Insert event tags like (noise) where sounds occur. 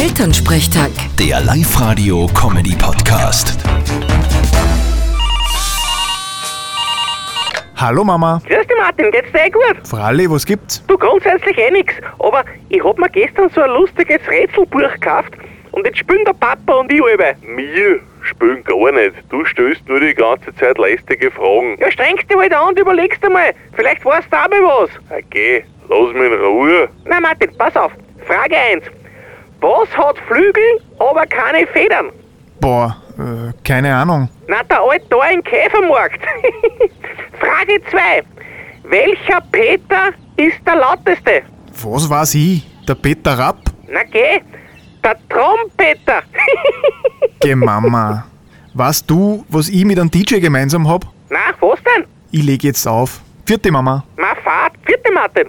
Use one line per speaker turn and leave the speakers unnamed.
Elternsprechtag.
Der Live-Radio-Comedy-Podcast.
Hallo Mama.
Grüß dich Martin, geht's dir eh gut?
Fralli, was gibt's?
Du grundsätzlich eh nix, aber ich hab mir gestern so ein lustiges Rätselbuch gekauft und jetzt spielen der Papa und ich alle.
Wir spielen gar nicht. Du stellst nur die ganze Zeit lästige Fragen.
Ja, strengst dich halt an und überlegst einmal, vielleicht weißt du auch mal was.
Okay, Ah, lass mich in Ruhe.
Na Martin, pass auf. Frage 1. Was hat Flügel, aber keine Federn?
Boah, äh, keine Ahnung.
Na, der Altar im Käfermarkt. (laughs) Frage 2. Welcher Peter ist der lauteste?
Was weiß ich? Der Peter Rapp?
Na geh, der Trompeter. (laughs)
Geh Mama. (laughs) Weißt du, was ich mit einem DJ gemeinsam hab?
Na, was denn?
Ich leg jetzt auf. Vierte Mama.
Na, Fahrt. Vierte Martin.